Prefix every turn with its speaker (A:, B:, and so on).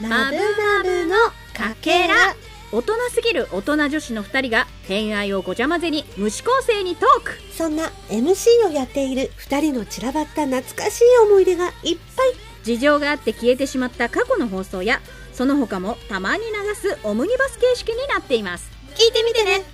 A: まぶまぶのかけら
B: 大人すぎる大人女子の2人が恋愛をごちゃ混ぜに無視構成にトーク
A: そんな MC をやっている2人の散らばった懐かしい思い出がいっぱい
B: 事情があって消えてしまった過去の放送やその他もたまに流すオムニバス形式になっています
A: 聞いてみてね